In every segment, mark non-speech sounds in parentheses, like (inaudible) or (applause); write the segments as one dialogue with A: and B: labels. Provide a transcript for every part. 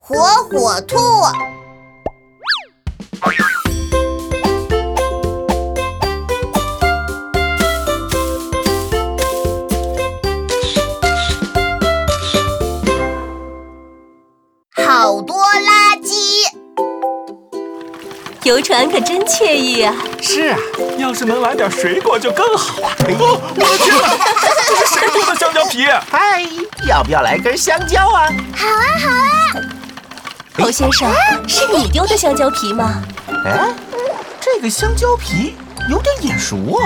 A: 火火兔。好多垃圾！
B: 游船可真惬意啊！
C: 是啊，要是能来点水果就更好了。哦，我的天哪，这是谁做的香蕉皮？
D: 嗨，要不要来根香蕉啊？
A: 好啊，好啊！
B: 猴先生，是你丢的香蕉皮吗？
D: 哎，这个香蕉皮有点眼熟啊。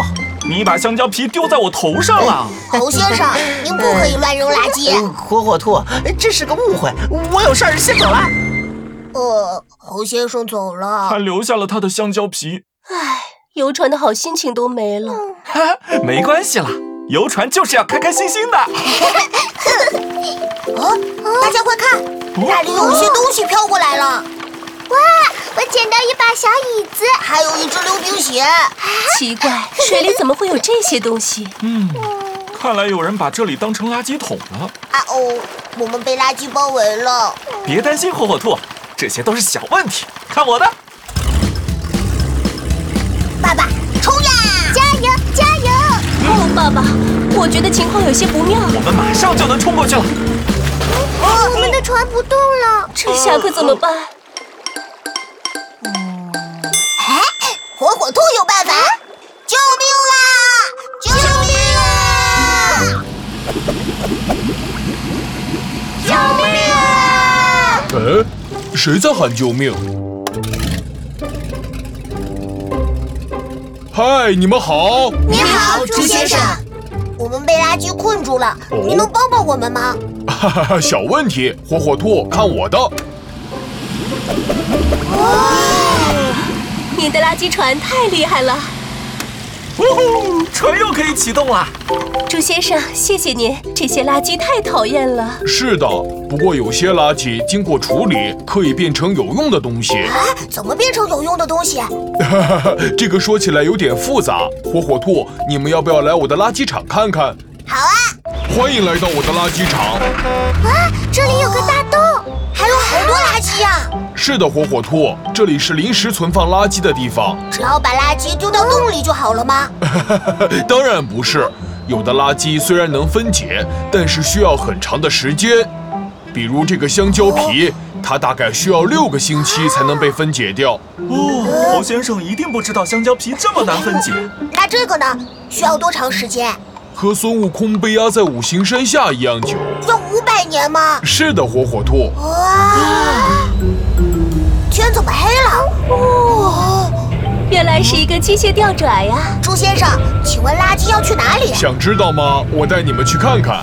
C: 你把香蕉皮丢在我头上了。
A: 猴先生，您不可以乱扔垃 (laughs) 圾。
D: 嗯火火兔，这是个误会，我有事儿先走了。
A: 呃，猴先生走
C: 他
A: 了。啊
C: 留下了他的香蕉皮， (laughs)
B: 游船的好心情都没了。
C: 没关系啦，游船就是要开开心心的。
A: 哦，大家快看，那
C: 哦
A: 里有一些东西飘过来了。哇，我捡到一把小椅子，还有一只溜冰鞋。
B: 奇怪，水里怎么会有这些东西？
C: 嗯，看来有人把这里当成垃圾桶了。
A: 啊哦，我们被垃圾包围了。
C: 别担心，火火兔，这些都是小问题。看我的，
A: 爸爸，冲呀！加油，加油！
B: 哦，爸爸，我觉得情况有些不妙，
C: 我们马上就能冲过去了。
A: 哦我们的船不动了。
B: 这下可怎么办？
A: 哎，火火兔有办法！救命啦！救命啊啦！救命啊！
E: 哎，谁在喊救命？嗨，你们好！ (laughs)
A: 你好，朱先生。我们被垃圾困住了，
E: 哦
A: 您能帮帮我们吗？
E: 哈哈哈，小问题，火火兔，看我的！
B: 你的垃圾船太厉害了，
C: 呜呼，船又可以启动了。
B: 朱先生，谢谢您，这些垃圾太讨厌了。
E: 是的，不过有些垃圾经过处理可以变成有用的东西。 (laughs)
A: 啊，怎么变成有用的东西？啊
E: 哈哈哈，这个说起来有点复杂。火火兔，你们要不要来我的垃圾场看看？
A: 好啊，
E: 欢迎来到我的垃圾场。
A: 这里有个大洞，还有好多垃圾啊呀、
E: 是的，火火兔，这里是临时存放垃圾的地方。
A: 只要把垃圾丢到洞里就好了吗？
E: (laughs) 当然不是，有的垃圾虽然能分解，但是需要很长的时间。比如这个香蕉皮，它大概需要六个星期才能被分解掉。
C: 哦，侯先生一定不知道香蕉皮这么难分解。
A: 那这个呢？需要多长时间？
E: 和孙悟空被压在五行山下一样久。
A: 要五百年吗？
E: 是的，火火兔，
A: 哇！天怎么黑了？哦，
B: 原来是一个机械吊爪呀！
A: 朱先生，请问垃圾要去哪里？
E: 想知道吗？我带你们去看看。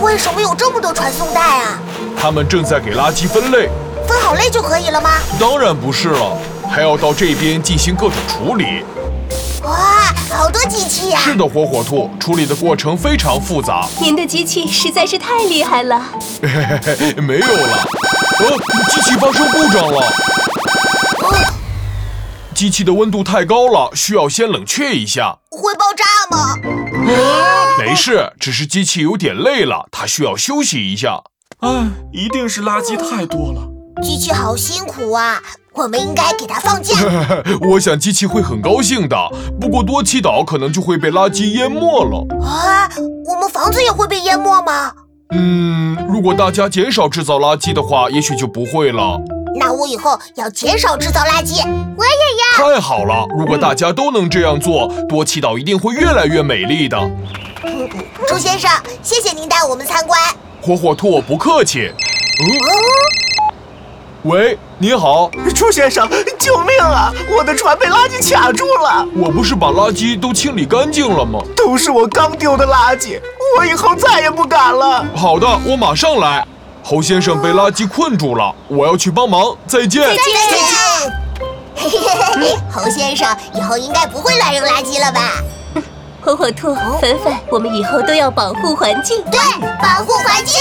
A: 为什么有这么多传送带啊？
E: 他们正在给垃圾分类。
A: 分好类就可以了吗？
E: 当然不是了，还要到这边进行各种处理。
A: 哇，好多机器呀、
E: 是的，火火兔，处理的过程非常复杂。
B: 您的机器实在是太厉害了。
E: 嘿嘿嘿，没有了。哦，机器发生故障了。
A: 哦
E: 机器的温度太高了，需要先冷却一下。
A: 会爆炸吗？
E: 没事，只是机器有点累了，它需要休息一下。 (laughs)
C: 唉，啊一定是垃圾太多了。
A: 机器好辛苦啊，我们应该给它放假。
E: 我想机器会很高兴的，不过多祈祷可能就会被垃圾淹没了。
A: 啊，我们房子也会被淹没吗？
E: 嗯，如果大家减少制造垃圾的话，也许就不会了。
A: 那我以后要减少制造垃圾。我也要。
E: 太好了，如果大家都能这样做，多祈祷一定会越来越美丽的。
A: 朱先生，谢谢您带我们参观。
E: 火火兔，不客气。
A: 嗯
E: 喂，你好，
D: 朱先生，救命啊！我的船被垃圾卡住了，
E: 我不是把垃圾都清理干净了吗？
D: 都是我刚丢的垃圾，我以后再也不敢了。
E: 好的，我马上来。侯先生被垃圾困住了，我要去帮忙。再见。
A: 再见。嘿嘿嘿嘿，侯先生以后应该不会乱扔垃圾了吧？
B: 火火兔、粉粉，我们以后都要保护环境。
A: 对，保护环境。